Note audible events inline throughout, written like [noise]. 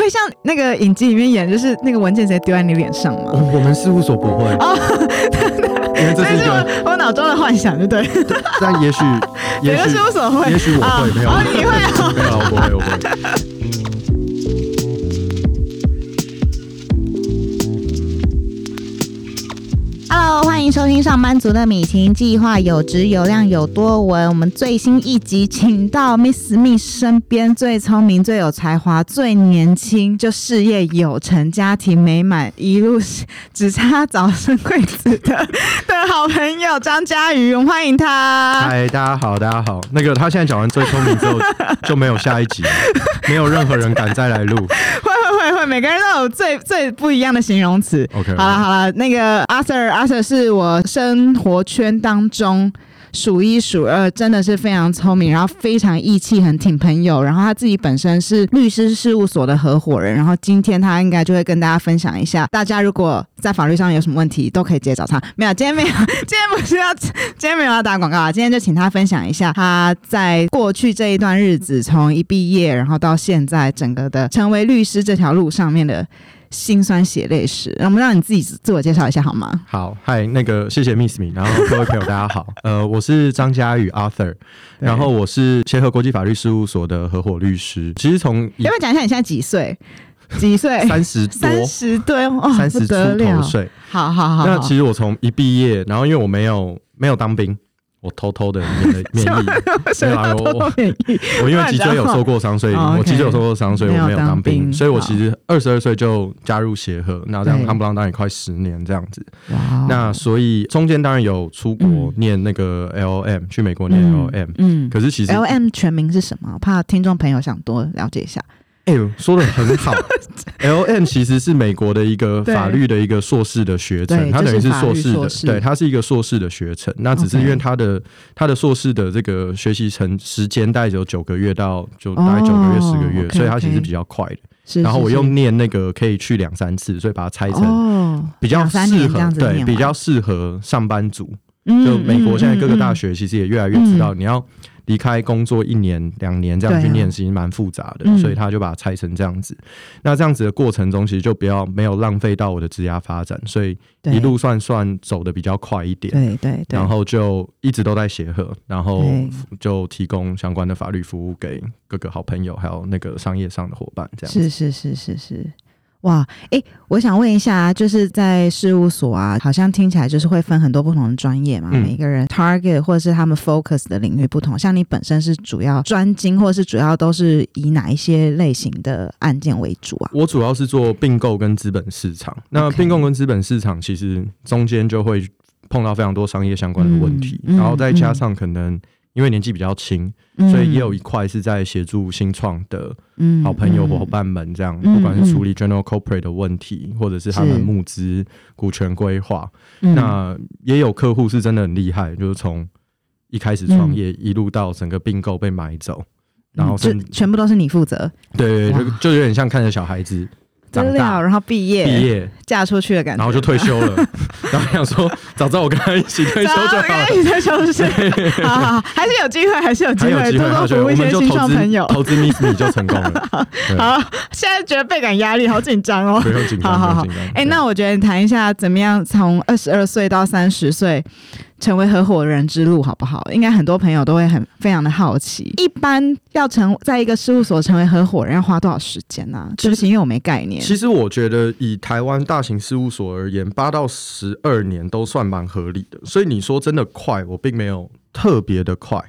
会像那个影集里面演，就是那个文件直接丢在你脸上吗？哦我们事务所不会，哦因为这所是以一是个，我我脑中的幻想，对不对？但 [laughs] 也许，别也的许事，务所会，也许我会，啊没有，哦，你会啊。没有，我不会，我不 [laughs] 会。 Hello，欢迎收听《上班族的米其林计划》，有质有量有多文。我们最新一集请到 Miss Me 身边最聪明、最有才华、最年轻，就事业有成、家庭美满，一路 [laughs] 是只差早生贵子的的好朋友张嘉瑜，我们欢迎他。嗨，大家好，大家好。那个他现在讲完最聪明 [laughs] 之后，就没有下一集了，没有任何人敢再来录。会会会会，每个人都有最最不一样的形容词。 OK，好了好了，那个阿 Sir 阿 Sir 是我生活圈当中。数一数二，真的是非常聪明，然后非常义气，很挺朋友。然后他自己本身是律师事务所的合伙人，然后今天他应该就会跟大家分享一下，大家如果在法律上有什么问题，都可以直接找他。没有，今天没有，今天不是要，今天没有要打广告啊，今天就请他分享一下他在过去这一段日子，从一毕业然后到现在整个的成为律师这条路上面的辛酸血泪史。我们让你自己自我介绍一下好吗？好，嗨，那个谢谢 Miss Me，然后各位朋友大家 [laughs] 好，呃，我是张嘉宇 Arthur，然后我是协和国际法律事务所的合伙律师。其实从要不要讲一下你现在几岁？几岁？三十多三十对哦，三不十出得了头！岁，好好 [laughs] 好，那好其实我从一毕业，然后因为我没有没有当兵，我偷偷的免了 [laughs] 免疫，什么没有啊叫我做免疫？我因为脊椎有受过伤，所以哦，OK 我脊椎有受过伤，所以我没有当没有当兵，兵所以我其实二十二岁就加入协和，那这样对夯不啷当也快十年这样子。哇哦那所以中间当然有出国嗯念那个 L M，去美国念 L M，嗯可是其实，L M 全名是什么？我怕听众朋友想多了解一下。哎、呦，说的很 [laughs] 好。L M 其实是美国的一个对法律的一个硕士的学对程，它等于就是是法律硕士的，硕士对，它是一个硕士的学程。那只是 OK 因为它的它的硕士的这个学习程时间大概只有九个月到就大概九个月十哦个月， OK，所以它 OK 其实比较快的。是，然后是我是又念那个可以去两三次，所以把它拆成。哦，比较两三适年这合样子念对完比较适合上班族，嗯就美国现在各个大嗯嗯嗯学其实也越来越知道，你要离开工作一年两年这样去对啊念，其实蛮复杂的，嗯所以他就把它拆成这样子。那这样子的过程中，其实就不要没有浪费到我的职涯发展，所以对一路算算走的比较快一点。对对对，然后就一直都在协和，然后对就提供相关的法律服务给各个好朋友，还有那个商业上的伙伴，这样子。是是是是是，哇，诶，我想问一下，啊就是在事务所啊，好像听起来就是会分很多不同的专业嘛，嗯每一个人 target 或者是他们 focus 的领域不同。像你本身是主要专精，或是主要都是以哪一些类型的案件为主啊？我主要是做并购跟资本市场。那 OK 并购跟资本市场其实中间就会碰到非常多商业相关的问题，嗯嗯然后再加上可能因为年纪比较轻，所以也有一块是在协助新创的嗯好朋友嗯伙伴们，这样、嗯不管是处理 general corporate 的问题，或者是他是们募资、股权规划，嗯那也有客户是真的很厉害，就是从一开嗯始创业一路到整个并购被买走。然后嗯就甚全部都是你负责，对对，就哇就有点像看着小孩子资长料，大然后毕业，毕业，嫁出去的感觉，然后就退休 [laughs] 了。然后想说，早知道我跟他一起退休就好了。一起退休是， [laughs] 好好，好还是有机会，还是有机还有会，机会，多还有多服机会，务我一们些就新投创朋资友。投资 Miss 你就成功 [laughs] 了，对好，现在觉得倍感压力，好紧张哦不。用紧好好张，好不用紧张。哎、对那我觉得你谈一下怎么样从二十二岁到三十岁成为合伙人之路好不好？应该很多朋友都会很非常的好奇。一般要成在一个事务所成为合伙人要花多少时间呢、啊？对不起，因为我没概念。其实我觉得以台湾大型事务所而言，八到十二年都算蛮合理的。所以你说真的快，我并没有特别的快。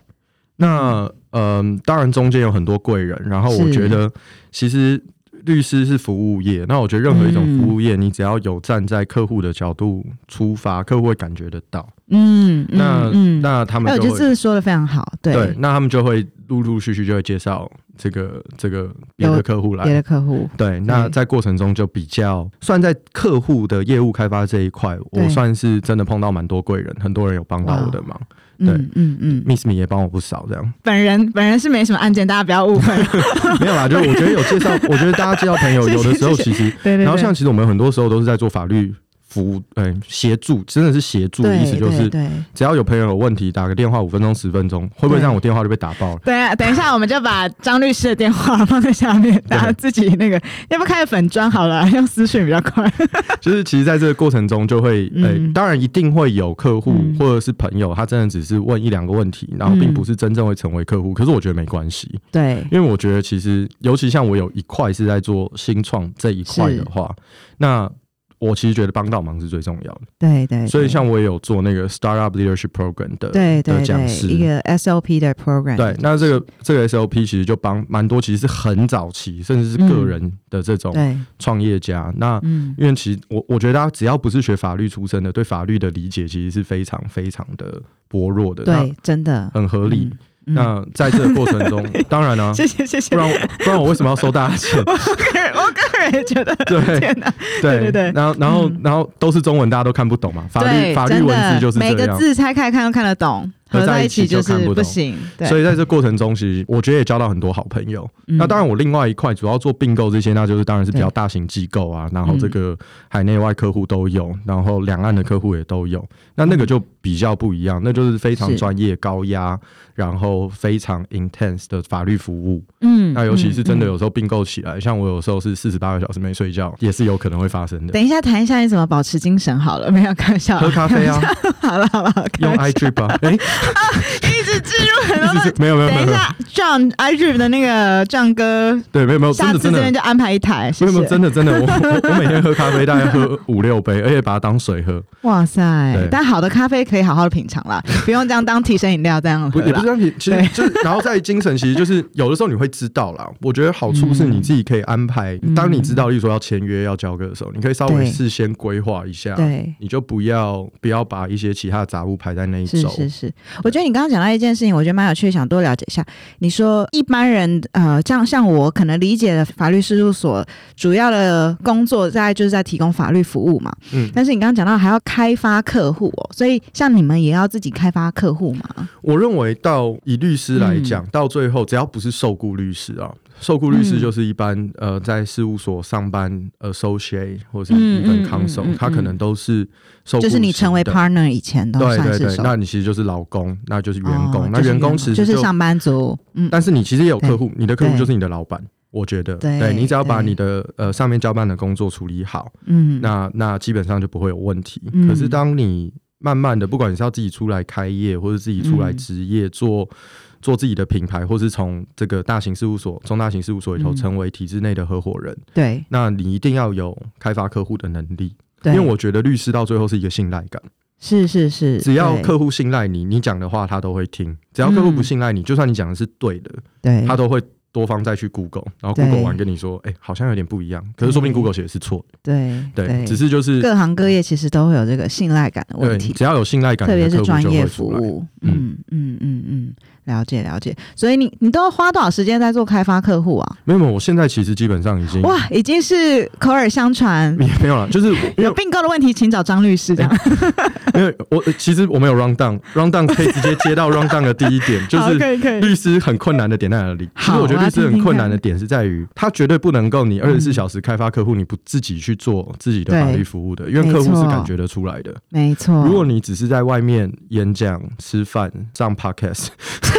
那嗯、当然中间有很多贵人，然后我是觉得其实律师是服务业，那我觉得任何一种嗯服务业，你只要有站在客户的角度出发，客户会感觉得到。嗯，那、嗯，嗯那他哎、们我觉就得会这说的非常好，对，对，那他们就会陆陆续续就会介绍这个这个别的有客户来别的客户，对，对那在过程中就比较算在客户的业务开发这一块，对我算是真的碰到蛮多贵人，很多人有帮到我的忙。对嗯嗯嗯， Miss Me 也帮我不少，这样 [laughs] 本人本人是没什么案件，大家不要误会。没有啦，就 [laughs] 是我觉得有介绍，我觉得大家介绍朋友，谢谢有的时候谢谢其实， [laughs] 对对对，然后像其实我们很多时候都是在做法律服，哎、协助，真的是协助，对意思就是对对。只要有朋友有问题，打个电话五分钟十分钟，会不会让我电话就被打爆了？等一下，等一下，我们就把张律师的电话放在下面，大家自己那个， [laughs] 要不要开个粉砖好了，用私讯比较快。就是其实在这个过程中，就会，呃、嗯当然一定会有客户嗯或者是朋友，他真的只是问一两个问题，然后并不是真正会成为客户。可是我觉得没关系，对，因为我觉得其实，尤其像我有一块是在做新创这一块的话，那我其实觉得帮到忙是最重要的。对对，所以像我也有做那个 Startup Leadership Program 的对对的讲对，师，一个 SOP 的 program，对，那这个这个 SOP 其实就帮蛮多，其实是很早期，甚至是个人的这种嗯对，创业家。那嗯，因为其实我我觉得，大家只要不是学法律出身的，对法律的理解其实是非常非常的薄弱的，对，真的那很合理。。嗯嗯那在这个过程 [laughs] 中，当然啊，谢谢谢谢不，然我不然我为什么要收大 [laughs] 家钱？我个人我个人也觉得， [laughs] 对天哪，对对对对嗯然后然后然后都是中文，大家都看不懂嘛，法律对法律真文的字就是每这个样。字拆开看都看得懂，合合在在一起就就是看不懂行。对，所以在这过程中，其实我觉得也交到很多好朋友。嗯那当然，我另外一块主要做并购这些，那就是当然是比较大型机构啊，然后这个嗯海内外客户都有，然后两岸的客户也都有。那那个就比较不一样，那就是非常是专业、高压，然后非常 intense 的法律服务。嗯，嗯那尤其是真的嗯有时候并购起来，像我有时候是四十八个小时没睡觉，也是有可能会发生的。等一下谈一下你怎么保持精神好了， [laughs] 没有开玩 [laughs] 笑，喝咖 [laughs] 啡啊，好了好了，好了用 [laughs] iDrip 吧，哎，一直置入很 [laughs] 一直多。是没有没有没等有一没有，下，John iDrip 的那个 John 哥，对，没有没有，哦真下的次这真边的。就安排一台，谢没有没有，谢。真的真的，我我我每天喝咖啡大概喝五六杯，而且把它当水喝，哇塞对！但好的咖啡可以好好的品尝 [laughs] 啦，不用这样当提神饮料这样不喝也不啦是。让你，其实就是，然后在精神，其实就是有的时候你会知道啦。我觉得好处是你自己可以安排，嗯当你知道，例如说要签约、要交割的时候，你可以稍对微事先规划一下，对，你就不要不要把一些其他的杂物排在那一是周。是是，我觉得你刚刚讲到一件事情，我觉得蛮有趣，想多了解一下。你说一般人呃，像像我可能理解的法律事务所主要的工作，大概就是在提供法律服务嘛。嗯，但是你刚刚讲到还要开发客户哦，所以像你们也要自己开发客户嘛？我认为到以律师来嗯讲，到最后只要不是受雇律师啊，受雇律嗯师就是一般、呃在事务所上班 associate 或是嗯嗯 even 嗯 counsel，、嗯嗯他可能都是受雇就是你成为型的 partner 以前都对算对是对手，那你其实就是劳工，那就是员工，哦那就是员工其实就是上班族，嗯，但是你其实也有客户，你的客户对就是你的老板。我觉得，对你只要把对你的呃上面交办的工作处理好，嗯，那那基本上就不会有问题。嗯可是当你慢慢的，不管你是要自己出来开业，或者自己出来嗯职业做做自己的品牌，或是从这个大型事务所、中大型事务所里头嗯成为体制内的合伙人，对那你一定要有开发客户的能力，因对，为我觉得律师到最后是一个信赖感。是是是，只要对客户信赖你，你讲的话他都会听；只要客户不信赖你，就算你讲的是对的，嗯对他都会多方再去 Google，然后对 Google 完跟你说，哎、好像有点不一样，可是说不对定 Google 写的是错的。对对，只是就是各行各业其实都会有这个信赖感的问对，题，只要有信赖感，特别你是的客户专就业会服出来。务，嗯嗯嗯嗯嗯，了解了解。所以你你都花多少时间在做开发客户啊？没有，没有，我现在其实基本上已经哇，已经是口耳相传， [laughs] 也嗯没有了，就是我有并购的问题请找张律师这样。没有我呃其实我们有 round down，round down 可以直接接到 round down 的第一 [laughs] 点，就好，是可以可以，律师很困难的点在哪里？其实好我觉我要得律听师听很困看难的点是在于，他绝对不能够你二十四小时开发客户，你不自己去做自己的对法律服务的，因为没客户是错感觉得出来的。没错。如果你只是在外面演讲、吃饭、[laughs] 上 podcast，把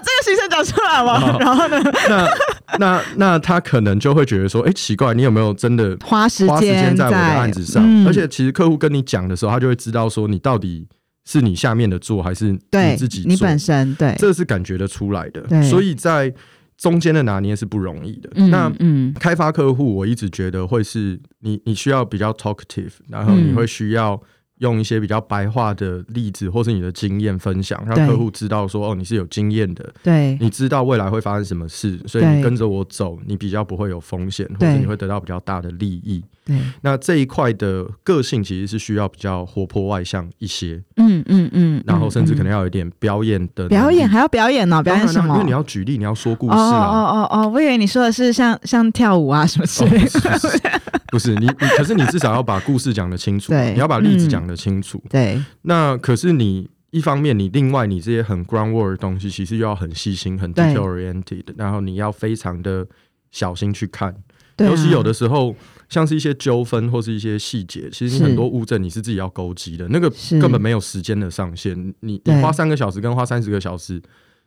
这个行程讲出来嘛， [laughs] 好然后呢，那那那他可能就会觉得说，哎、奇怪，你有没有真的花时花时间间在我的案子上？嗯而且其实客户跟你讲的时候，他就会知道说你到底是你下面的做还是对你自己做。你本身对，这是感觉得出来对的，所以在中间的拿捏是不容易的。嗯那嗯开发客户，我一直觉得会是你，你需要比较 talkative，然后嗯你会需要用一些比较白话的例子，或是你的经验分享，让对客户知道说哦，你是有经验的，对你知道未来会发生什么事，所以对你跟着我走，你比较不会有风险，或者对你会得到比较大的利益。对，那这一块的个性其实是需要比较活泼外向一些，嗯嗯嗯，然后甚至嗯可能要有一点表演的能表演力还要表演哦呢，表演当什然啊么？因为你要举例，你要说故事哦啊。哦哦哦，我以为你说的是像像跳舞啊什么之哦类 [laughs] 不的。是不是不是你，你可是你至少要把故事讲得清楚，对嗯你要把例子讲得清楚。对那可是你一方面，你另外你这些很 ground work 的东西，其实又要很细心、很对 detail oriented，然后你要非常的小心去看，对啊尤其有的时候像是一些纠纷或是一些细节，其实你是很多物证你是自己要勾稽的，那个是根本没有时间的上限。你你对花三个小时跟花三十个小时，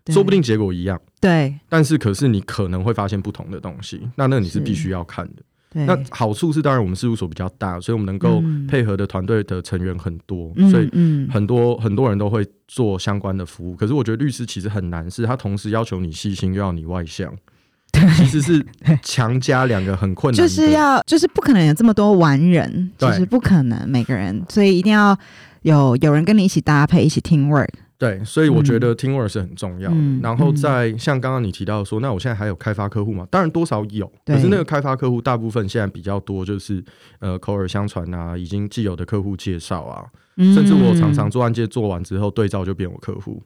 对说不定结果一样，对但是可是你可能会发现不同的东西，那那个你是是必须要看的。对，那好处是，当然我们事务所比较大，所以我们能够嗯配合的团队的成员很多，嗯所以嗯很多很多人都会做相关的服务。可是我觉得律师其实很难，是他同时要求你细心，又要你外向，其实是强加两个很困难就的。是要就是不可能有这么多完人，对就是不可能每个人，所以一定要有有人跟你一起搭配，一起 team work。对，所以我觉得 teamwork 是很重要的。嗯然后在像刚刚你提到说，那我现在还有开发客户嘛？当然多少有，可是对那个开发客户大部分现在比较多就是呃口耳相传啊，已经既有的客户介绍啊，甚至我常常做案件做完之后对照就变我客户。嗯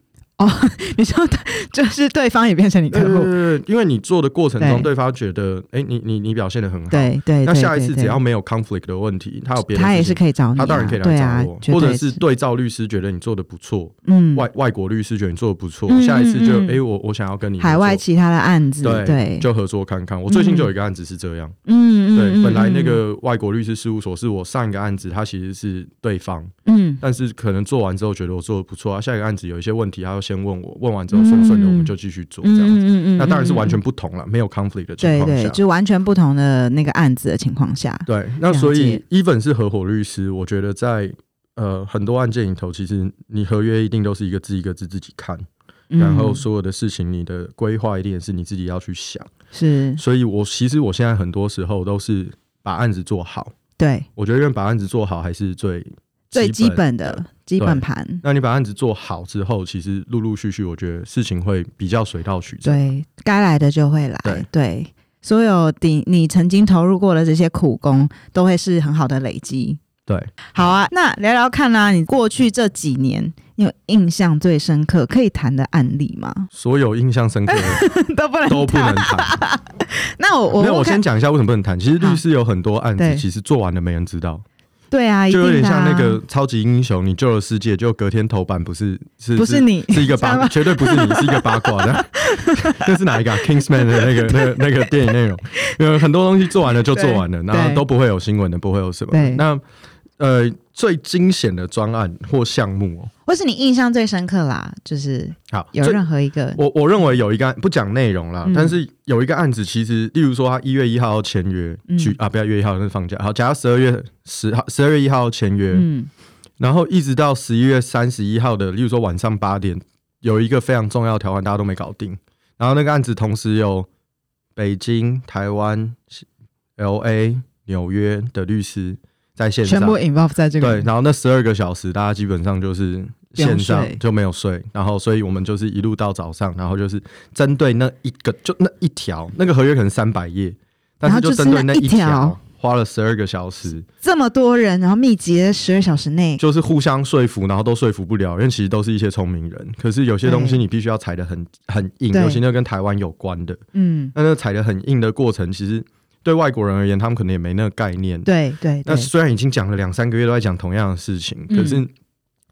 你说的就是对方也变成你客对对户，对，对因为你做的过程中，对对方觉得哎、诶你你你表现的很好，对对。那对下一对次对只要没有 conflict 的问题，他有别的他也是事情。可以找你啊，他当然可以对来啊找我，，绝或者对是对照律师觉得你做的不错，嗯外外国律师觉得你做的不错，嗯下一次就嗯嗯哎、我我想要跟你合海外作其他的案子，对对，就合作看看。我最近就有一个案子是这样，嗯对，本来那，嗯个外国律师事务所是我上一个案子，他其实是对方，嗯但是可能做完之后觉得我做的不错，他啊下一个案子有一些问题，他要先问我，问完之后顺顺的嗯我们就继续做嗯这样嗯子。嗯嗯，那当然是完全嗯不同了，没有 conflict 的情对况对，下。就完全不同的那个案子的情况下，对，那所以 even 是合伙律师，我觉得在呃很多案件里头，其实你合约一定都是一个字一个字自己看，然后嗯所有的事情你的规划一定也是你自己要去想。是所以我其实我现在很多时候都是把案子做好，对我觉得把案子做好还是最最基本。本的基本盘，那你把案子做好之后，其实陆陆续续，我觉得事情会比较水到渠成。对该来的就会来对，对。所有你你曾经投入过的这些苦功，都会是很好的累积。对，好嗯啊，那聊聊看啦、你过去这几年，你有印象最深刻可以谈的案例吗？ [laughs] 所有印象深刻的都不能都不谈能谈。那 [laughs] 我我没有，问我看先讲一下为什么不能谈。其实律师有很多案好对子，其实做完了没人知道，对啊，一就有定点的啊像那个超级英雄，你救了世界，就隔天头版不是是不是。你，是一个知道 [laughs] 八，吗绝对不是你，是一个八卦的。 [laughs] 那是哪一个、啊、？Kingsman 的那个、那个、那个电影内容，有很多东西做完了就做完了，对然后都不会有新闻的，不会有什么对。那呃，最惊险的专案或项目、哦，或是你印象最深刻啦，就是好，有最任何一个我我认为有一个案不讲内容啦，嗯但是有一个案子，其实例如说他一月一号要签约，嗯举啊不要一月一号那是放假，好，假如十二月十号十二月一号要签约，嗯然后一直到十一月三十一号的，例如说晚上八点，有一个非常重要的条款大家都没搞定，然后那个案子同时有北京、台湾、L A、纽约的律师在线上全，部 involve 在这啊对，个然后那十二个小时，大家基本上就是不用线上睡就没有睡，然后所以我们就是一路到早上，然后就是针对那一个就那一条那个合约可能三百页，但然是后就是针对那那一一条条花了十二个小时，这么多人，然后密集的十二小时内，就是互相说服，然后都说服不了，因为其实都是一些聪明人，可是有些东西对你必须要踩得很很硬，对尤其那跟台湾有关的，嗯，那那踩得很硬的过程，其实对外国人而言，他们可能也没那个概念，对对那对，虽然已经讲了两三个月都在讲同样的事情，嗯可是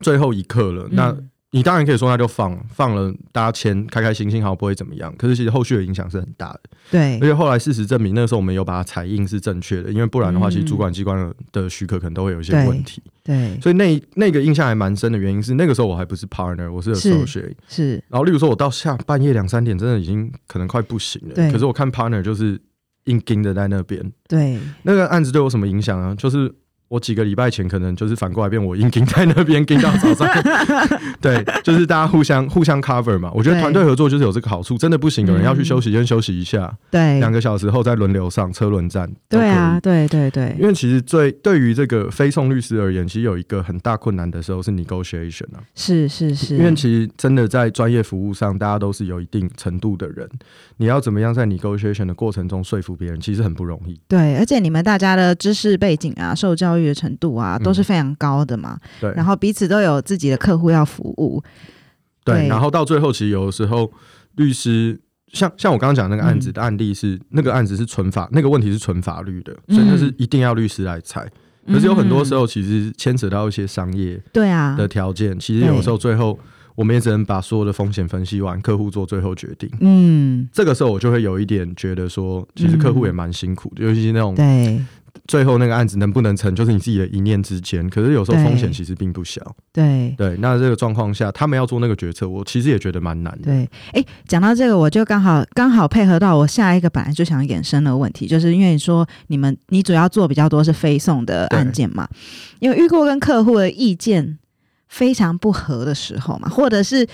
最后一刻了，那嗯你当然可以说那就放放了，大家签开开心心，好像不会怎么样。可是其实后续的影响是很大的，对而且后来事实证明，那个时候我们有把它裁印是正确的，因为不然的话，嗯其实主管机关的许可可能都会有一些对问题。对所以那那个印象还蛮深的原因是，那个时候我还不是 partner，我是是 associate。是，然后例如说，我到下半夜两三点，真的已经可能快不行对了，可是我看 partner 就是硬盯着在那边，对那个案子对我什么影响啊？就是我几个礼拜前可能就是反过来变我硬盯在那边盯到 [laughs] 早上，对，就是大家互相互相 cover 嘛。我觉得对团队合作就是有这个好处，真的不行，有人要去嗯休息先休息一下，对两、个小时后再轮流上车轮战。都对可啊以，对对对因为其实最对于这个非讼律师而言，其实有一个很大困难的时候是 negotiation 啊，是是是，因为其实真的在专业服务上，大家都是有一定程度的人，你要怎么样在 negotiation 的过程中说服别人，其实很不容易。对，而且你们大家的知识背景啊、受教育的程度啊，都是非常高的嘛。嗯对，然后彼此都有自己的客户要服务，对对，然后到最后，其实有的时候律师像像我刚刚讲那个案子嗯的案例是，那个案子是纯法，那个问题是纯法律的，所以那是一定要律师来裁。可是有很多时嗯、候，其实牵扯到一些商业对啊，的条件，其实有时候最后我们也只能把所有的风险分析完，客户做最后决定。嗯，这个时候我就会有一点觉得说，其实客户也蛮辛苦的，尤其是那种嗯对最后那个案子能不能成，就是你自己的一念之间。可是有时候对风险其实并不小。对对，那这个状况下，他们要做那个决策，我其实也觉得蛮难的。对，哎，讲到这个，我就刚好刚好配合到我下一个本来就想衍生的问题，就是因为你说你们你主要做比较多是非送的案件嘛，有遇过跟客户的意见非常不合的时候嘛，或者是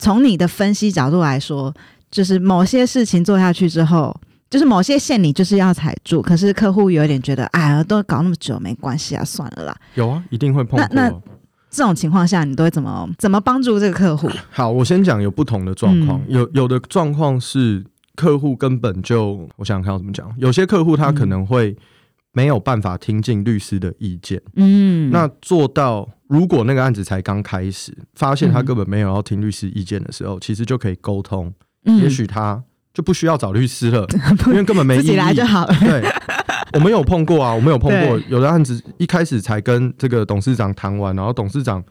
从你的分析角度来说，就是某些事情做下去之后。就是某些线你就是要踩住，可是客户有点觉得，哎呀，都搞那么久没关系啊，算了啦。有啊，一定会碰那过啊。这种情况下，你都会怎么怎么帮助这个客 [laughs] 户？好，我先讲有不同的状况，嗯有有的状况是客户根本就，我想想看要怎么讲，有些客户他可能会没有办法听进律师的意见，嗯，那做到如果那个案子才刚开始，发现他根本没有要听律师意见的时候，其实就可以沟通，嗯也许他就不需要找律师 [laughs] 了，因为根本没自意己义来。就好了。对。我们有碰过啊，我们有碰过对，有的案子一开始才跟这个董事长谈完，然后董事长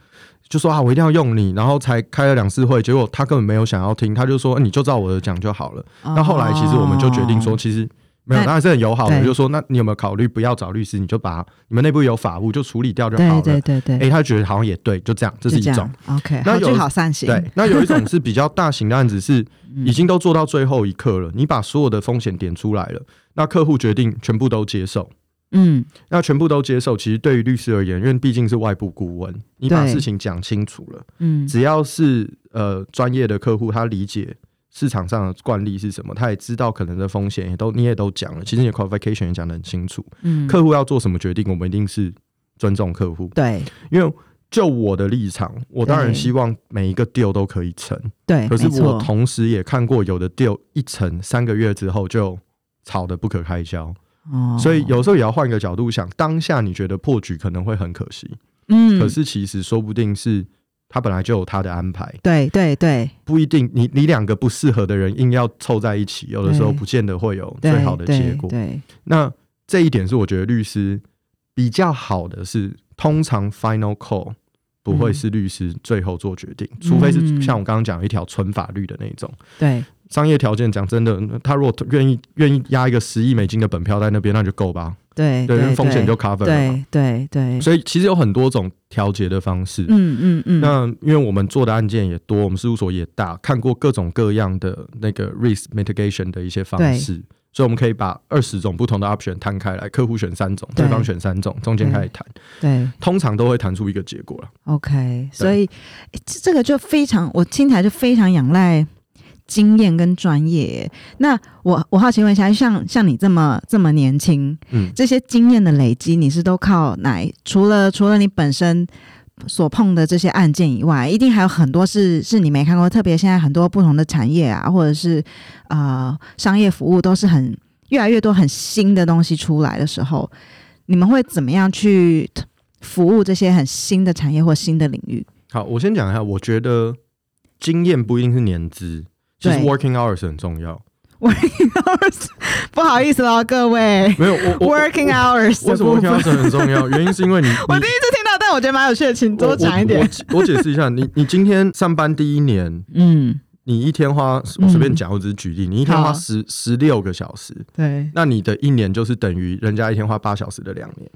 就说啊，我一定要用你，然后才开了两次会，结果他根本没有想要听，他就说、你就照我的讲就好了。那后来其实我们就决定说，哦，其实没有，那当然是很友好的，对就说那你有没有考虑不要找律师，你就把你们内部有法务就处理掉就好对了。对对对，诶他觉得好像也对，就这样，这是一就种样。。OK，那好有聚好散行。对，那有一种是比较大型的案子，是 [laughs] 嗯已经都做到最后一刻了，你把所有的风险点出来了，那客户决定全部都接受。嗯，那全部都接受，其实对于律师而言，因为毕竟是外部顾问，你把对事情讲清楚了，嗯只要是呃专业的客户，他理解市场上的惯例是什么，他也知道可能的风险，也都你也都讲了，其实你的 qualification 也讲得很清楚，嗯，客户要做什么决定，我们一定是尊重客户，对因为。就我的立场，我当然对希望每一个 deal 都可以成，对，可是没我错同时也看过有的 deal 一成，三个月之后就吵得不可开交。哦所以有时候也要换一个角度想，当下你觉得破局可能会很可惜，嗯，可是其实说不定是他本来就有他的安排，对对对不一定你你两个不适合的人硬要凑在一起，有的时候对不见得会有对，最好的结对果。对，那这一点是我觉得律师比较好的是，通常 final call。不会是律师最后做决定，除非是嗯像我刚刚讲一条纯法律的那种对商业条件。讲真的，他如果愿意愿意压一个十亿美金的本票在那边，那就够吧。对对，对，风险就 cover 了嘛。对对对，所以其实有很多种调节的方式。嗯嗯嗯，那因为我们做的案件也多，我们事务所也大，看过各种各样的那个 risk mitigation 的一些方式，所以我们可以把二十种不同的 option 摊开来，客户选三种，对嗯对方选三种，中间开始谈，对通常都会谈出一个结果了。 OK，所以诶这这个就非常，我听起来就非常仰赖经验跟专业耶。那我我好奇问一下，像像你这么这么年轻，嗯，这些经验的累积，你是都靠哪？除了除了你本身所碰的这些案件以外，一定还有很多是是你没看过。特别现在很多不同的产业啊，或者是呃商业服务，都是很越来越多很新的东西出来的时候，你们会怎么样去服务这些很新的产业或新的领 [laughs] 域？好，我先讲一下，我觉得经验不一定是年资，其实对 working hours 很重要。不好意思哦，各位没有我 [laughs] 我，working hours 我为的什么部 working 分， hours 很重要？原因是因 [laughs] 为你我你第一次听到，但我觉得蛮有趣的，请我多讲一点。我我我解释一下，你你今天上班第一年，嗯，你一天花我随便讲，我只是举例，你一天花十十六个小时，对那你的一年就是等于人家一天花八小时的两年，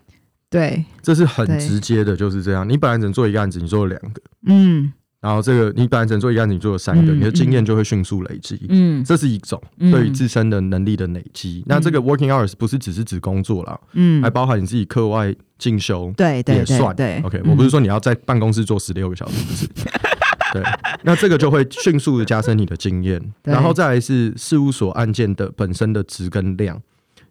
对，这是很对直接的，就是这样。你本来只能做一个案子，你做了两个，嗯然后这个你本来只能做一个案子，你做了三个，嗯你的经验就会迅速累积。嗯这是一种嗯对于自身的能力的累积。那这个 working hours 不是只是指工作啦，嗯还包含你自己课外进修，对对也对算对 OK，我不是嗯说你要在办公室做十六个小 [laughs] 时，不是。对，那这个就会迅速的加深你的经验，对然后再来是事务所案件的本身的值跟量。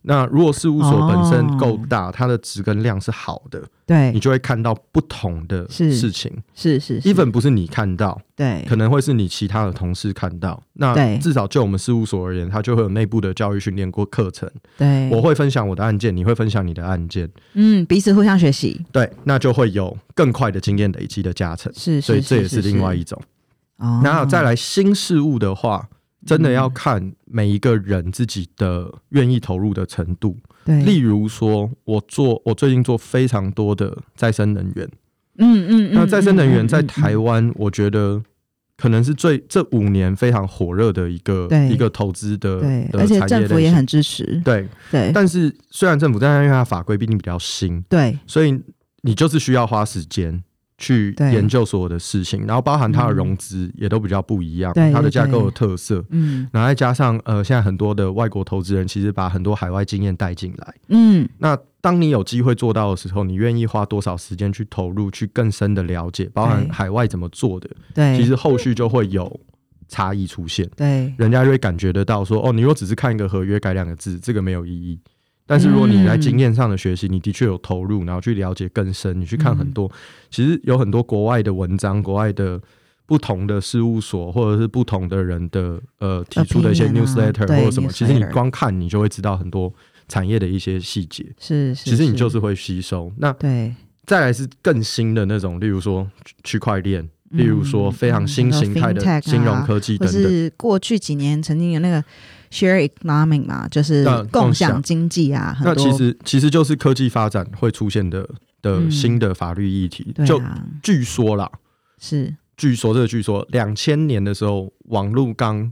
那如果事务所哦本身够大，它的值跟量是好的，你对就会看到不同的哦是事情。是是是 even 不是你看到，对可能会是你其他的同事看到。对那至少就我们事务所而言，它就会有内部的教育训练过课程。对，我会分享我的案件，你会分享你的案件，嗯彼此互相学习对，那就会有更快的经验累积的加成。是，所以这也是另外一种。哦，嗯那再来新事物的话，真的要看每一个人自己的愿意投入的程度。对例如说，我做我最近做非常多的再生能源。嗯嗯嗯，那再生能嗯源嗯在嗯台湾，我觉得可能是最这五年非常火热的一个对一个投资的对，的而且产业政府类也型很支持，对。对但是虽然政府，但是因为它法规毕竟比较新，对所以你就是需要花时间去对研究所有的事情，然后包含它的融资也都比较不一样，嗯对它的对架构对的特色。嗯然后再加上呃，现在很多的外国投资人其实把很多海外经验带进来。嗯，那当你有机会做到的时候，你愿意花多少时间去投入，去更深的了解，包含对海外怎么做的，对，其实后续就会有差异出现。对人家就会感觉得到说，哦，你如果只是看一个合约改两个字，这个没有意义。但是如果你在经验上的学习，你的确有投入，然后去了解更深，你去看很多，嗯其实有很多国外的文章、国外的不同的事务所或者是不同的人的呃提出的一些 Opinion 啊 newsletter 对或者什么，其实你 newsletter 光看你就会知道很多产业的一些细节。是是，其实你就是会吸收。那对，再来是更新的那种，例如说区区块链，例如说非常新形态嗯，fintech 啊的金融科技或等等。是过去几年曾经有那个 share economic 嘛，就是呃共共享享经济啊，很那多其实其实就是科技发展会出现的的嗯新的法律议题。对就啊，据说啦，是据说这个据说，两千年的时候，网络刚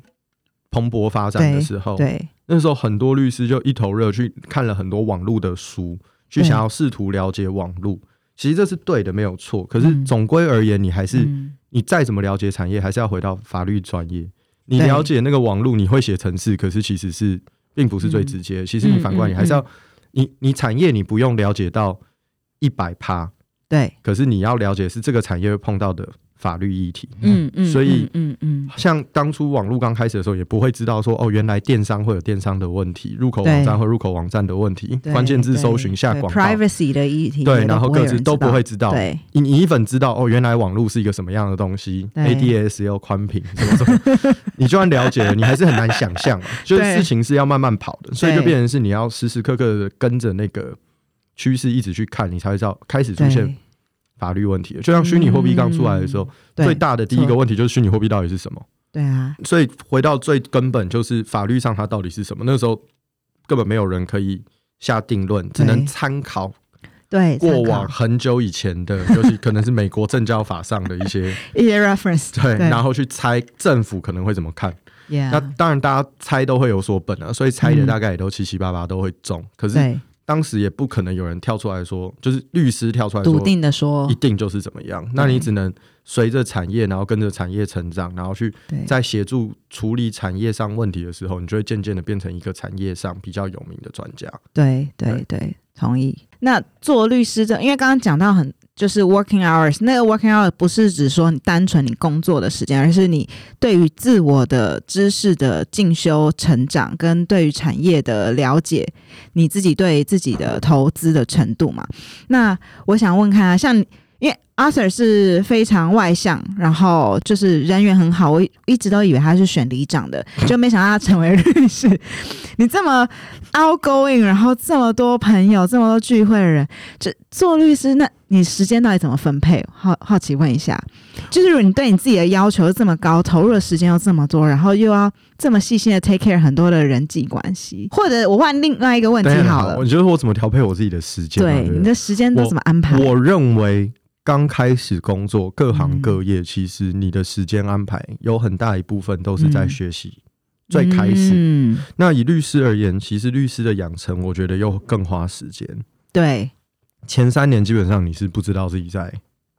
蓬勃发展的时候，对那时候很多律师就一头热去看了很多网络的书，去对想要试图了解网络。其实这是对的，没有错。可是嗯总归而言，你还是、嗯你再怎么了解产业，还是要回到法律专业。你对了解那个网络，你会写程式，可是其实是并不是最直接。其实你反过嗯来，嗯你还是要、你你产业你不用了解到一百趴，对，可是你要了解是这个产业会碰到的法律议题。嗯嗯，所以嗯嗯嗯像当初网络刚开始的时候，也不会知道说哦，原来电商会有电商的问题，入口网站对会有入口网站的问题，对关键字搜寻对下对广告， privacy 的议题也都不会有人对，知道，然后各自都不会知道。对你你一粉知道哦，原来网络是一个什么样的东西对，ADSL 宽频什么什么， [laughs] 你就算了解了，你还是很难想象嘛。就是对事情是要慢慢跑的，所以就对变成是你要时时刻刻的跟着那个趋势一直去看，你才会知道开始出现法律问题了。就像虚拟货币刚出来的时候，嗯对最大的第一个问题就是虚拟货币到底是什么。对啊，所以回到最根本，就是法律上它到底是什么。那时候根本没有人可以下定论，只能对参考对过参考往很久以前的， [laughs] 就是可能是美国证交法上的一些一些 reference 对，对然后去猜政府可能会怎么看。那 yeah 当然，大家猜都会有所本啊，所以猜嗯的大概也都七七八八都会中。可是对当时也不可能有人跳出来说，就是律师跳出来笃说定的说一定就是怎么样。那你只能随着产业，然后跟着产业成长，然后去对在协助处理产业上问题的时候，你就会渐渐的变成一个产业上比较有名的专家。对对对，同意。那做律师证，因为刚刚讲到很就是 working hours，那个 working hour 不是只说你单纯你工作的时间，而是你对于自我的知识的进修、成长，跟对于产业的了解，你自己对自己的投资的程度嘛。那我想问看啊，像因为 Arthur 是非常外向，然后就是人缘很好，我一一直都以为他是选里长的，就没想到他成为律师。你这么 outgoing，然后这么多朋友，这么多聚会的人，这做律师，那你时间到底怎么分配？好好奇问一下，就是如果你对你自己的要求这么高，投入的时间又这么多，然后又要这么细心的 take care 很多的人际关系，或者我换另外一个问题当然好了啊我，觉得我怎么调配我自己的时间嘛？啊对对不你对，的时间都我怎么安排？我认为刚开始工作，各行各业其实你的时间安排有很大一部分都是在嗯学习。最开始，嗯，那以律师而言，其实律师的养成，我觉得又更花时间。对前三年基本上你是不知道自己在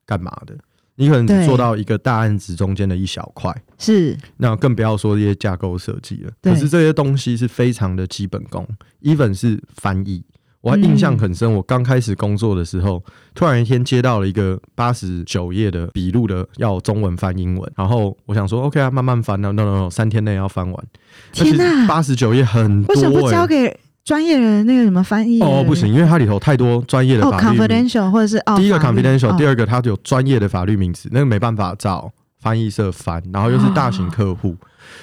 干嘛的，你可能只对做到一个大案子中间的一小块，是，那更不要说这些架构设计了。对可是这些东西是非常的基本功，even 是翻译。我还印象很深，我刚开始工作的时候，突然一天接到了一个八十九页的笔录的，要中文翻英文。然后我想说，OK 啊，慢慢翻啊，no no no，三天内要翻完。天哪，八十九页很多、为欸，什么不交给专业的那个什么翻译？哦，不行，。因为它里头太多专业的哦法律名，confidential 或者是哦，第一个法律 confidential，、哦第二个它有专业的法律名词，那个没办法找翻译社翻，然后又是大型客户，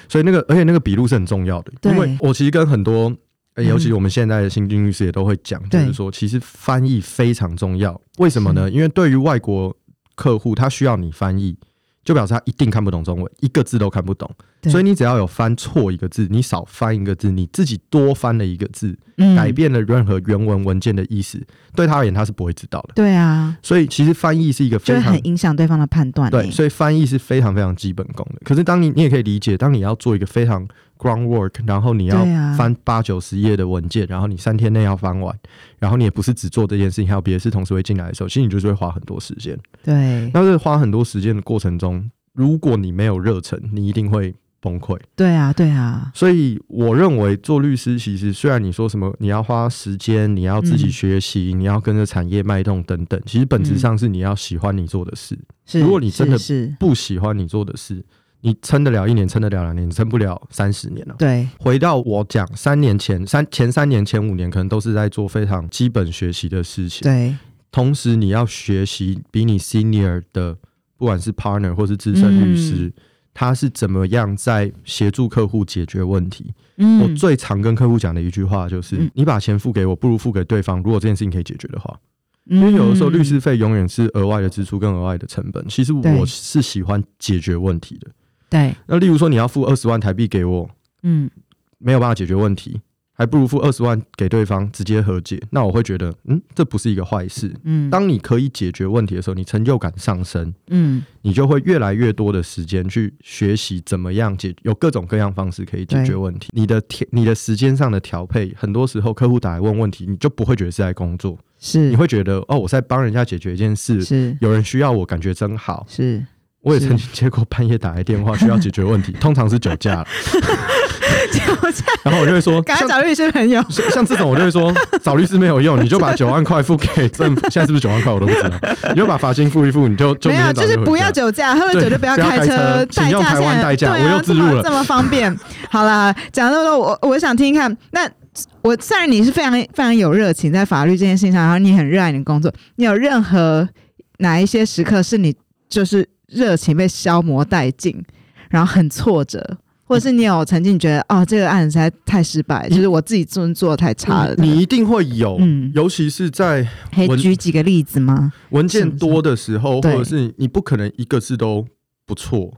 所以那个而且那个笔录是很重要的，对因为我其实跟很多。呃嗯尤其我们现在的新进律师也都会讲，就对是说，其实翻译非常重要。为什么呢？因为对于外国客户，他需要你翻译，就表示他一定看不懂中文，一个字都看不懂。对所以你只要有翻错一个字，你少翻一个字，你自己多翻了一个字，嗯改变了任何原文文件的意思，对他而言他是不会知道的。对啊，所以其实翻译是一个就非会常很影响对方的判断欸、对，所以翻译是非常非常基本功的。可是当你你也可以理解，当你要做一个非常 groundwork，然后你要对啊翻八九十页的文件，然后你三天内要翻完，然后你也不是只做这件事情，还有别的事同时会进来的时候，其实你就是会花很多时间。对那在花很多时间的过程中，如果你没有热忱，你一定会崩溃。对啊，对啊，所以我认为做律师，其实虽然你说什么你要花时间，你要自己嗯学习，你要跟着产业脉动等等，其实本质嗯上是你要喜欢你做的事。是。如果你真的是是不喜欢你做的事，你撑得了一年，撑得了两年，你撑不了三十年了、对，回到我讲，三年前、三前三年、前五年，可能都是在做非常基本学习的事情。对，同时，你要学习比你 senior 的，不管是 partner 或是资深律师，嗯他是怎么样在协助客户解决问题。嗯，我最常跟客户讲的一句话就是：嗯你把钱付给我，不如付给对方。如果这件事情可以解决的话，因因为有的时候律师费永远是额外的支出跟额外的成本。其实我对是喜欢解决问题的。对，那例如说你要付二十万台币给我，嗯，没有办法解决问题，还不如付二十万给对方直接和解。那我会觉得，嗯，这不是一个坏事。嗯，当你可以解决问题的时候，你成就感上升，嗯，你就会越来越多的时间去学习怎么样解，有各种各样方式可以解决对问题。你的调，你的时间上的调配，很多时候客户打来问问题，你就不会觉得是在工作，是，你会觉得哦，我在帮人家解决一件事，是有人需要我，感觉真好。是， [laughs] 我也是曾经接过半夜打来电 [laughs] 话需要解决问题，通常是酒驾了，我这然后我就会说， [laughs] 赶快像找律师朋友。像像这种我就会说，找律师没有用，你就把九万块付给政府， [laughs] 现在是不是九万块我都不知道，你就把罚金付一付，你就就没明有，天早就上是就回不家要酒驾，喝了对酒就不要不要开车车，代请用驾台现湾在代驾对啊，我又自这么入了这么方便。 [laughs] 好啦，讲那么多，我我想听听看，那我虽然你是非常非常有热情在法律这件事情上，然后你很热爱你的工作，你有任何哪一些时刻是你就是热情被消磨殆尽，然后很挫折？或者是你有曾经觉得哦，这个案子实在太失败，就是我自己做做的太差了。你你一定会有，嗯尤其是在可以文举几个例子吗？文件多的时候，是或是者是你不可能一个字都不错。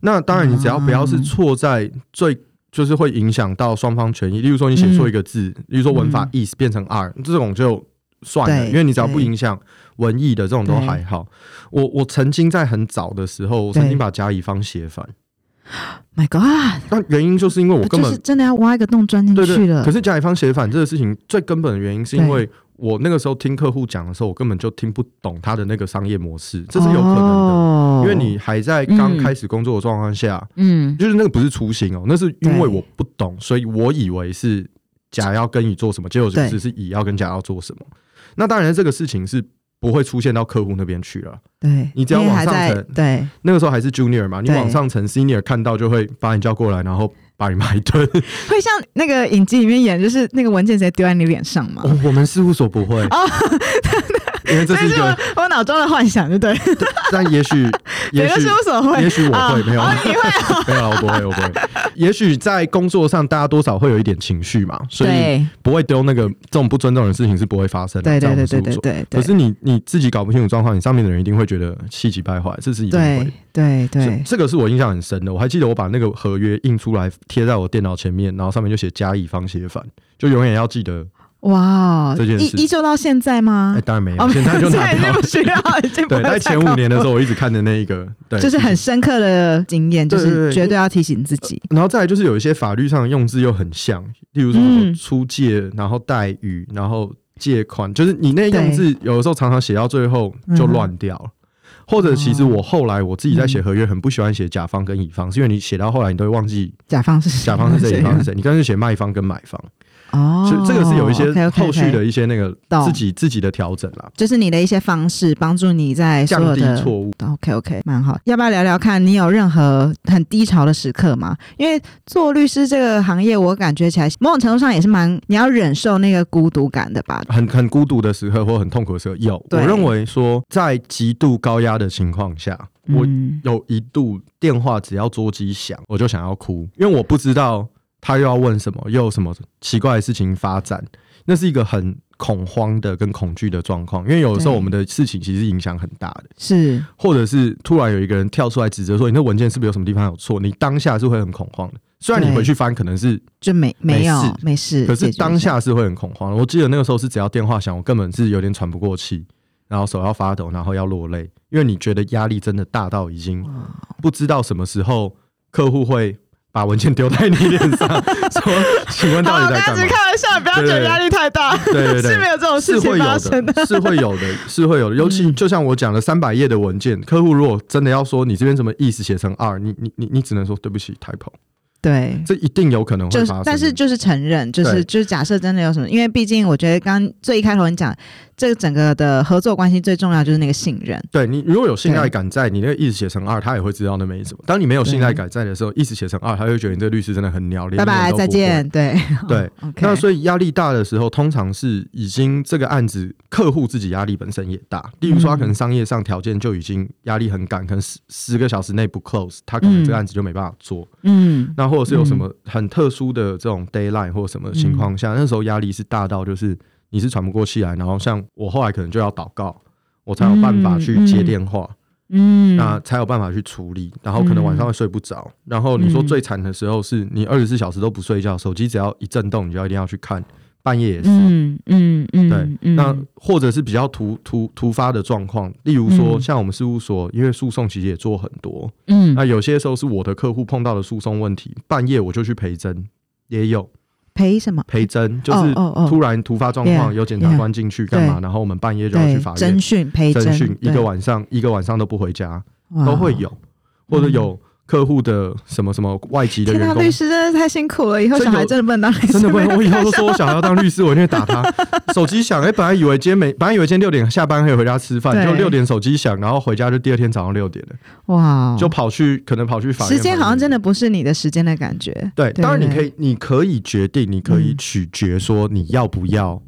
那当然，啊你只要不要是错在最。就是会影响到双方权益，例如说你写错一个字，嗯例如说文法 is 变成 are，、这种就算了，对因为你只要不对影响文艺的这种都还好。我我曾经在很早的时候，我曾对经把甲乙方写反， My God，那原因就是因为我根就本是真的要挖一个洞钻进对去对，了可。是甲乙方写反这个事情，最根本的原因是因对为我那个时候听客户讲的时候，我根本就听不懂他的那个商业模式，这是有可能的。哦因为你还在刚开始工作的状况下，嗯，就是那个不是初心哦，那是因对为我不懂，所以我以为是甲要跟乙做什么，结果就对只是乙要跟甲要做什么。那当然，这个事情是不会出现到客户那边去了。对，你只要因为往还上在层对，那个时候还是 junior 嘛，你对往上层 senior 看到就会把你叫过来，然后把你骂一顿。会像那个影集里面演，就是那个文件直接丢在你脸上嘛。 [laughs] 哦，我们事务所不会哦， [laughs] 因为这这 [laughs] 是一是我个，我脑中的幻想，对不对？但也 [laughs] 许，别 [laughs] 也的许事，务所会也许我会，啊没有啊，哦你会啊 [laughs] 没有啊，我不会，我不会。也许在工作上，大家多少会有一点情绪嘛，所以对不会丢那个这种不尊重的事情是不会发生的。对对对对在我们事务对所。对对，可是你你自己搞不清楚状况，你上面的人一定会觉得气急败坏，这是一定会的对。对是对，这个是我印象很深的。我还记得我把那个合约印出来贴在我电脑前面，然后上面就写甲乙方写反，就永远要记得。哇，这件依事依旧到现在吗哎，？当然没哦有，现在 [laughs] 就拿现在掉已经了不。需要，已经不对，会在再前考五年的虑时候，我一直看着那一个，对，就是很。深刻的经验，就对对是对绝对要提醒自己。然后再来就是有一些法律上的用字又很像，例如说什么嗯出借，然后代与，然后借款，就是你那用字有的时候常常写到最后嗯就乱掉了。或者其实哦我后来我自己在写合嗯约，很不喜欢写甲方跟乙方，是因为你写到后来你都会忘记甲方是谁甲呃方 [laughs] 是谁，乙方是谁？啊谁，你干脆写卖方跟买方。哦所，以这个是有一些 OK，OK，OK 后续的一些那个懂自己自己的调整啦，就是你的一些方式，帮助你在所降有低的错误。 OK OK，蛮好。要不要聊聊看你有任何很低潮的时刻吗？因为做律师这个行业，我感觉起来某种程度上也是蛮你要忍受那个孤独感的吧？很很孤独的时刻或很痛苦的时候有。我对认为说，在极度高压的情况下，我嗯有一度电话只要桌机响，我就想要哭，因为我不知道他又要问什么，又有什么奇怪的事情发展，那是一个很恐慌的跟恐惧的状况，因为有的时候对我们的事情其实影响很大的，是或者是突然有一个人跳出来指责说你那文件是不是有什么地方有错，你当下是会很恐慌的。虽然你对回去翻可能是，就没没有没事，可解是决一当下是会很恐慌的。我记得那个时候是只要电话响，我根本是有点喘不过气，然后手要发抖，然后要落泪，因为你觉得压力真的大到已经不知道什么时候客户会把文件丢在你脸 [laughs] 上，说请问到好，底大家在干只嘛是？开玩笑，不要觉得压力太大，对对对，是没有这种是事会情发有生嗯的，是会有的，是会有的。尤其就像我讲的，三百页的文件，客户如果真的要说你这边怎么意思写成二，你你你你只能说对不起 typo，对，这一定有可能会就是发生。，但是就是承认，就是对就是假设真的有什么，因为毕竟我觉得刚最一开头你讲，这个整个的合作关系最重要就是那个信任，对你如果有信赖感在，你那个意思写成二，他也会知道那没什么。当你没有信赖感在的时候，意思写成二，他会觉得你这律师真的很鸟，连拜拜，一个再人都不会。见， [laughs] 对对 [laughs] ，OK，那所以压力大的时候，通常是已经这个案子客户自己压力本身也大。例如说，他可能商业上条件就已经压力很赶，可能十十个小时内不 close，他可能这个案子就没办法做。嗯，那或者是有什么很特殊的这种 d a y l i n e 或什么情况嗯下，那时候压力是大到就是你是喘不过气来，然后像我后来可能就要祷告，我才有办法去接电话，嗯，那才有办法去处理，然后可能晚上会睡不着，然后你说最惨的时候是你二十四小时都不睡觉，手机只要一震动，你就要一定要去看，半夜也是。嗯嗯嗯，对，嗯那或者是比较突突突发的状况，例如说嗯像我们事务所，因为诉讼其实也做很多，嗯那有些时候是我的客户碰到的诉讼问题，半夜我就去陪侦，也有赔什么？陪侦，就哦是哦哦突然突发状 Yeah，况，有检察官进去干嘛，然后我们半夜就要对去法，侦院讯赔侦讯，一个晚晚上一个晚上都不回家，嗯都会。有，或者有客户的什么什么外籍的天员呐，工律。师真的太辛苦了，以后真小的孩真的不能当律师，真的不能，我以后都说我小想要当律师，我一定会打他。 [laughs] 手机响，哎、本来以为今天没，本来以为今天六点下班可以回家吃饭，对就六点手机响，然后回家就第二天早上六点了，哇，哦就跑去可能跑去法院。嗯时间好像真的不是你的时间的感觉，对，对当然对你可以，你可以决定，你可以嗯取决说你要不要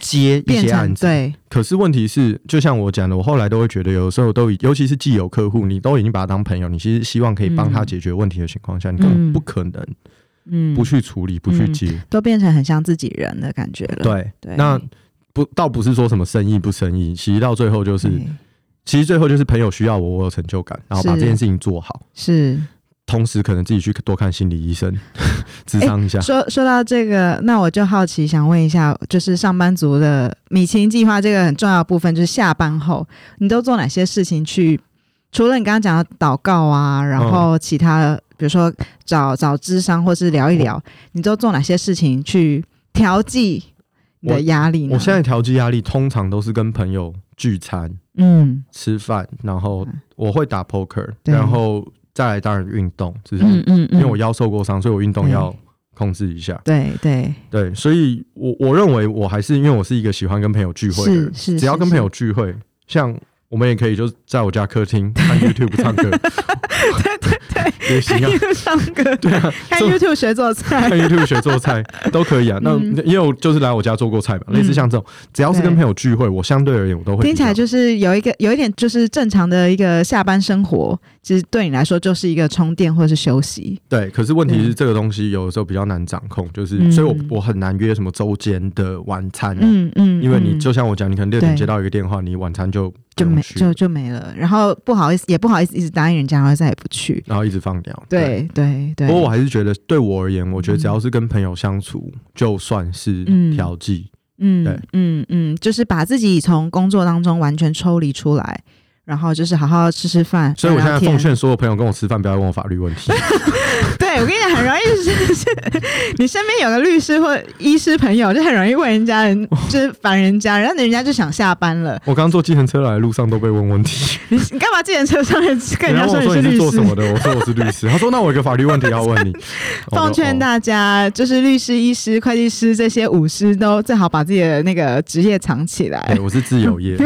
接一变些案成子。对可是问题是，就像我讲的，我后来都会觉得，有时候都已尤其是既有客户，你都已经把他当朋友，你其实希望可以帮他嗯解决问题的情况下，你根嗯本不可能嗯不去处理、不去嗯接。都变成很像自己人的感觉了。对，对，那不倒不是说什么生意不生意，其实到最后就是，对其实最后就是朋友需要我，我有成就感，然后把是这件事情做好。是同时，可能自己去多看心理医生， [laughs] 智商一下。说说到这个，那我就好奇想问一下，就是上班族的米其林计划这个很重要的部分，就是下班后你都做哪些事情去？除了你刚刚讲的祷告啊，然嗯后其他的，比如说找找智商或是聊一聊，你都做哪些事情去调剂你的压力呢？我现在调剂压力，通常都是跟朋友聚餐、嗯吃饭，然后嗯我会打 poker，对然后再来当然运动，只是嗯嗯嗯，因为我腰受过伤，所以我运动对要控制一下。对对对，所以我我认为我还是因为我是一个喜欢跟朋友聚会的人，是是只要是跟朋是友聚会，像我们也可以就在我家客 [laughs] 厅看 YouTube 唱歌，也行啊。 [laughs] ，YouTube 唱歌，对啊，看做 YouTube 学做菜 [laughs] 看，YouTube 学 [laughs] 做菜都可以啊。那嗯因为我就是来我家做过菜嘛，嗯类似像这种，只要是跟对朋友聚会，我相对而言我都会听比起来较就是有一个有一点就是正常的一个下班生活，其实对你来说就是一个充电或是休息。对。可是问题对是这个东西有的时候比较难掌控，就是、嗯所以我我很难约什么周间的晚餐。啊嗯嗯，因为你嗯就像我讲，你可能六点对接到一个电话，你晚餐就不就用没去就就没了，然后不好意思也不好意思一直答应人家，然后再也不去。然后一直放掉。对对对，嗯不过我还是觉得，对我而言，我觉得只要是跟朋友相处，就算是调剂。嗯对嗯嗯，就是把自己从工作当中完全抽离出来，然后就是好好吃吃饭。所以我聊现在聊天奉劝所有朋友跟我吃饭，不要问我法律问题。对，我跟你讲，很容易就是是， [laughs] 你身边有个律师或医师朋友，就很容易问人家，人就是烦人家，然后人家就想下班了。 [laughs] 我刚刚坐计程车来的路上都被问问 [laughs] 题，你你干嘛自行车上面跟人然家后说我你是说你律做师什？么的，我说我是 [laughs] 律师。他说那我有个法律问题要问你。我奉说劝哦大家，就是律师、医师、会计师这些舞师都最好把自己的那个职业藏起来对，。我是自 [laughs] 由业，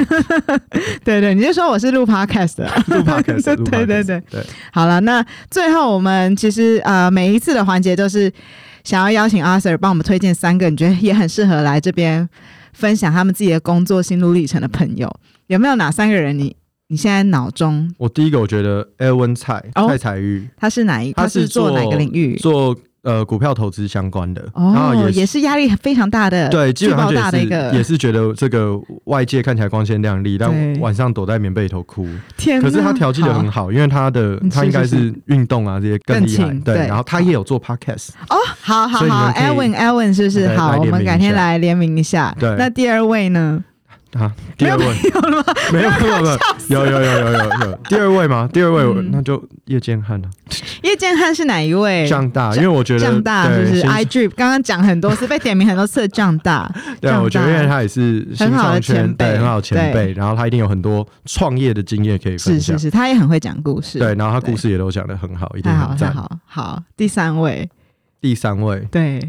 对对，你就说我是录 podcast 的啊、录 [laughs] podcast，录 podcast，对对对对，好了，那最后我们其实呃每一次的环节都是想要邀请阿 Sir 帮我们推荐三个你觉得也很适合来这边分享他们自己的工作心路历程的朋友，有没有哪三个人你你现在脑中我第一个我觉得 Elvin 蔡哦蔡彩玉他是哪一他是是做做哪个领域？做呃股票投资相关的，然后哦，也也是压力非常大的，对，基巨本上爆就大的一也个，是也是觉得这个外界看起来光鲜亮丽，但对晚上躲在棉被里头哭。天哪，可是他调剂的很好好，因为他的嗯他是应该是是运动啊这些更更厉害勤，对。对然后他也有做 podcast，哦，好好所以你好们可以，Elwin Elwin 是不是？对好，来我联们名改一天下来联名一下。对那第二位呢？啊，第二位没有没有没有有有有有有有第二位吗？第二位我嗯那就叶建汉了，叶建汉是哪一位？降大，因为我觉得降哎大对就是 I 新 Drip，刚刚讲很多次，被点名很多次的降大，对，降我觉得大因为他也是新很好的创圈前辈对很好的前对辈，然后他一定有很多创业的经验可以是是分享，是，他也很会讲故事，对，，然后他对故事也都讲得很好，一定太好很太赞。好好。第三位，第三位对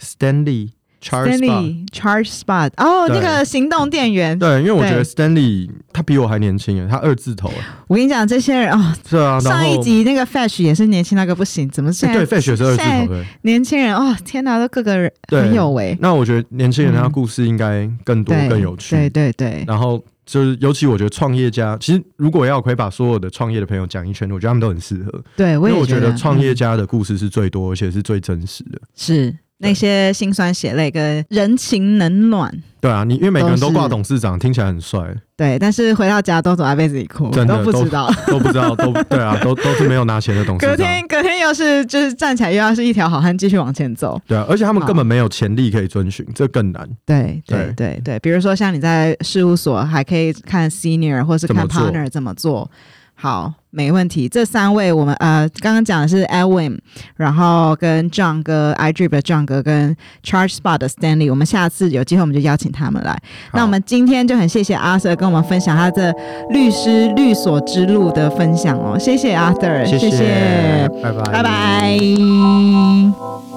Stanley Charles Bar。 Stanley Charge Spot，哦，对那个行动电源，对，因为我觉对得 Stanley 他比我还年轻耶，他二字头耶。我跟你讲，这些人哦，对啊，然上一后集那个 Fetch 也是年轻那个不行，怎么现哎在对 Fetch 也是二字现头在的。年轻人哦，天哪，都各个人对很有为，那我觉得年轻人他嗯故事应该更多对，更有对趣。对对，然后就是，尤其我觉得创业家，其实如果要可以把所有的创业的朋友讲一圈，我觉得他们都很适合，对我因也为我觉得创业嗯家的故事是最多，而且是最真实的。是那些辛酸血泪跟人情冷暖。对啊，你因为每个人都都是挂董事长，听起来很帅，对，但是回到家都总在被自己哭，真的都不知都道。都不知 [laughs] 道，都对啊，都都是没有拿钱的董隔事长。天，隔天又是就是站起来又要是一条好汉继续往前走。对啊，而且他们好根本没有潜力可以遵循，这更难。对对对对对，比如说像你在事务所还可以看 senior 或是看怎么做 partner 怎么做。好，没问题。这三位我们呃刚刚讲的是 Edwin，然后跟 John 哥、iDrip 的 John 哥跟 Charge Spot 的 Stanley，我们下次有机会我们就邀请他们来。那我们今天就很谢谢 Arthur 跟我们分享他这律师律所之路的分享哦，谢谢 Arthur，谢谢拜拜，拜拜